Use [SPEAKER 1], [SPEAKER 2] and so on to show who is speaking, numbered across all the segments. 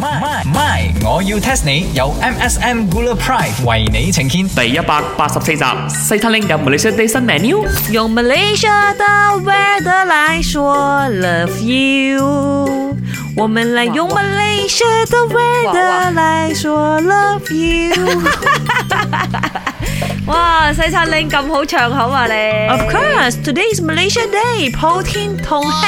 [SPEAKER 1] My My，我要 test 你有 MSM Gula Pride 為你呈現。
[SPEAKER 2] 第一百八十四集，西餐拎有 Malaysia Day 新 menu。
[SPEAKER 3] 用 Malaysia 的 weather 来说 love you，我们来用 Malaysia 的
[SPEAKER 4] 哇哇
[SPEAKER 3] weather 来说 love you。
[SPEAKER 4] 哇！西餐拎咁好唱口
[SPEAKER 3] à
[SPEAKER 4] 啊你
[SPEAKER 3] Of course, today is Malaysia Day，普天同慶。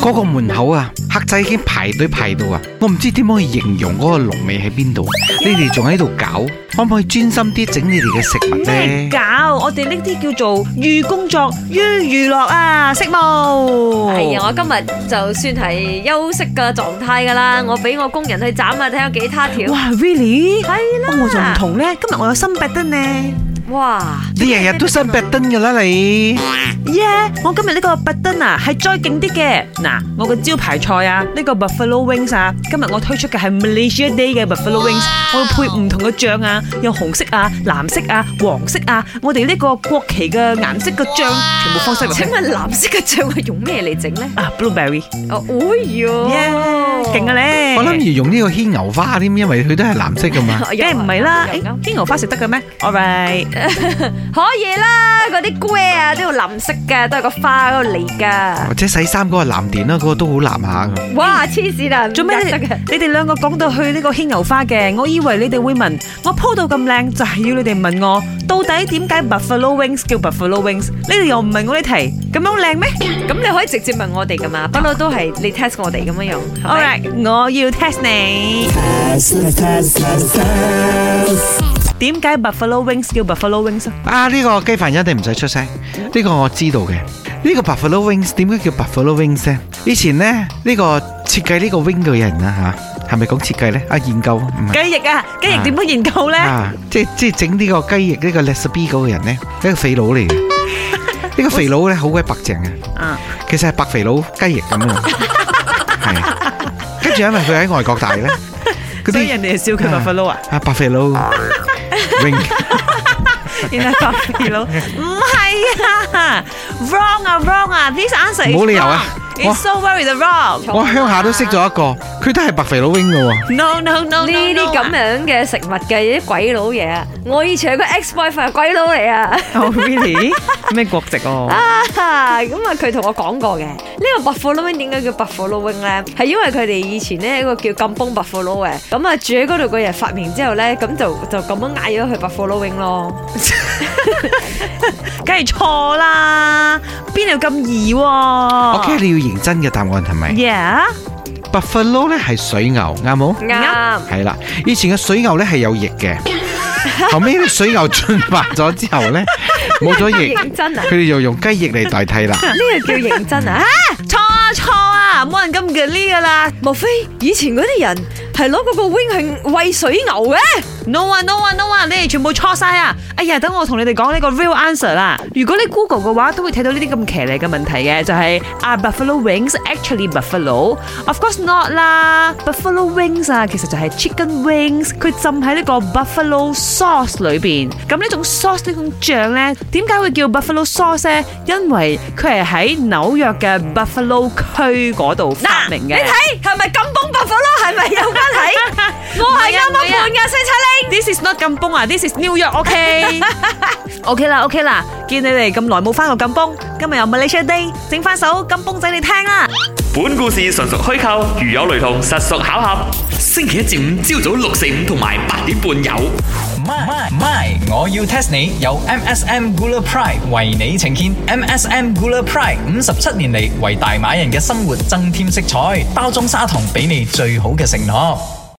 [SPEAKER 5] 嗰個門口啊，黑仔已經排隊排到啊，我唔知點可以形容嗰個濃味喺邊度。你哋仲喺度搞，可唔可以專心啲整你哋嘅食物
[SPEAKER 3] 咩
[SPEAKER 5] 啫？
[SPEAKER 3] 搞？我哋呢啲叫做寓工作於娛樂啊，識冇？
[SPEAKER 4] 係啊，我今日就算係休息嘅狀態㗎啦，我俾我工人去斬啊，睇下幾他條。
[SPEAKER 3] 哇，really？
[SPEAKER 4] 係啦
[SPEAKER 3] 哦我就唔同咧，今日我有新白燈呢。
[SPEAKER 4] 哇！
[SPEAKER 5] 你日日都新白燈㗎啦，你
[SPEAKER 3] 耶！我今日呢個拔登啊，係再勁啲嘅。嗱，我個招牌菜啊，呢、個 buffalo wings 啊，今日我推出嘅係 Malaysia Day 嘅 buffalo wings，我會配唔同嘅醬啊，有紅色啊、藍色啊、黃色啊，我哋呢個國旗嘅顏色嘅醬全部放晒入去
[SPEAKER 4] 請。問藍色嘅醬係用咩嚟整咧？
[SPEAKER 3] 啊，blueberry，
[SPEAKER 4] 哦，哎呦，
[SPEAKER 3] 耶，
[SPEAKER 4] Oh。
[SPEAKER 3] 勁啊咧！
[SPEAKER 5] 我諗住用呢個牽牛花添，因為佢都係藍色㗎嘛。
[SPEAKER 4] 哎呀！
[SPEAKER 3] 梗係唔係啦？
[SPEAKER 4] 又
[SPEAKER 3] 誒
[SPEAKER 4] 啱
[SPEAKER 3] 牽牛花食得嘅咩？All right，
[SPEAKER 4] 可以啦，嗰啲龜啊都要藍色㗎，都係個花嗰度嚟㗎。
[SPEAKER 5] 或者洗衫嗰個藍靛啦，嗰、個都好藍下㗎。
[SPEAKER 4] 哇！黐線啦，
[SPEAKER 3] 做咩
[SPEAKER 4] 唔
[SPEAKER 3] 你
[SPEAKER 4] 得嘅？
[SPEAKER 3] 你哋兩個講到去呢個牽牛花嘅，我以為你哋會問我鋪到咁靚，就係要你哋問我到底點解 buffalo wings 叫 buffalo wings？你哋又唔問我呢題，咁樣靚咩
[SPEAKER 4] 咁你可以直接問我哋㗎嘛，不嬲都係你 test 我哋咁樣樣。係
[SPEAKER 3] ？All
[SPEAKER 4] 咪
[SPEAKER 3] right，我要 test 你。點解 buffalo wings 叫 buffalo wings 啊？
[SPEAKER 5] 啊！呢、個雞飯一定唔使出聲，呢、個我知道嘅。呢、個 Buffalo Wings 點解叫 Buffalo Wings 咧？以前呢，呢、個設計呢個 wing 嘅人啊吓，係咪講設計呢？啊研究唔係
[SPEAKER 3] 雞翼啊，雞翼點樣研究咧？
[SPEAKER 5] 啊，即係即係整呢個雞翼呢、個 recipe 嗰個人呢，一個肥佬嚟嘅。呢個肥佬呢，好鬼白 淨嘅，
[SPEAKER 3] 啊，
[SPEAKER 5] 其實係白肥佬雞翼咁 樣。係，跟住因為佢喺外國大呢，嗰
[SPEAKER 3] 所以人
[SPEAKER 5] 啲
[SPEAKER 3] 哋就笑佢 buffalo à.
[SPEAKER 4] à?
[SPEAKER 3] 啊，
[SPEAKER 5] 啊白肥佬 À. wing。
[SPEAKER 3] 原來 buffalo 唔係啊，wrong à. 啊 wrong 啊，this answer is
[SPEAKER 5] 冇理由啊
[SPEAKER 3] wrong. It's so very the wrong。
[SPEAKER 5] 我鄉下都識咗一個，佢都係白肥佬 wing 嘅喎。
[SPEAKER 3] No no no no,
[SPEAKER 4] 呢啲
[SPEAKER 3] no
[SPEAKER 4] 咁樣嘅食物嘅啲鬼佬嘢啊，我以前有個 ex boyfriend 係鬼佬嚟啊，
[SPEAKER 3] Oh really？咩國籍啊？
[SPEAKER 4] 啊咁啊佢同我講過嘅，呢、個 buffalo wing 點解叫 buffalo wing 咧？係因為佢哋以前咧一個叫金崩 buffalo 嘅，咁啊住喺嗰度嘅人發明之後咧，咁就就咁樣嗌咗佢 buffalo wing 咯。
[SPEAKER 3] 梗係錯啦，邊度咁易
[SPEAKER 4] Ờ。
[SPEAKER 3] 喎
[SPEAKER 5] OK，你要認真嘅答案係咪
[SPEAKER 3] ？Yeah，
[SPEAKER 5] ？Buffalo 咧係水牛，啱冇？
[SPEAKER 4] 啱，
[SPEAKER 5] 係啦，以前嘅水牛咧係有翼 嘅，後尾水牛進化咗之後咧冇咗 翼，
[SPEAKER 4] 認真啊
[SPEAKER 5] 佢哋就用雞翼嚟代替啦。
[SPEAKER 4] 呢個叫認真啊！
[SPEAKER 3] 錯啊錯啊，冇人咁嘅呢噶啦。
[SPEAKER 4] 莫非以前嗰啲人係攞嗰個 wing 去餵水牛嘅？
[SPEAKER 3] No 啊 no 啊 no 啊，你哋全部錯晒啊！哎呀，等我同你哋講呢個 real answer 啦。如果你 Google 嘅話，都會睇到呢啲咁騎呢嘅問題嘅，就係、啊 buffalo wings actually buffalo？Of course not 啦，buffalo wings 啊，其實就係 chicken wings，佢浸喺呢個 buffalo sauce 裏邊。咁呢種 sauce 呢種醬呢，點解會叫 buffalo sauce 呢？因為佢係喺紐約嘅 buffalo 區嗰度發明
[SPEAKER 4] 你
[SPEAKER 3] 嘅。
[SPEAKER 4] 睇係咪金崩 buffalo 係咪有關
[SPEAKER 3] 啊
[SPEAKER 4] 係？ 我係啱啱判嘅西餐廳。
[SPEAKER 3] This is not 禁崩啊，This is New York，OK？OK 啦，OK 啦，見你哋咁耐冇翻過禁崩，今日又 Malaysia Day，整翻首禁崩仔你聽啦。
[SPEAKER 2] 本故事純屬虛構，如有雷同，實屬巧合。星期一至五朝早六四五同埋八點半有。
[SPEAKER 1] My My My，我要 test 你有 MSM Gula Pride 為你呈現。MSM Gula Pride 五十七年嚟為大馬人嘅生活增添色彩，包裝砂糖俾你最好嘅承諾。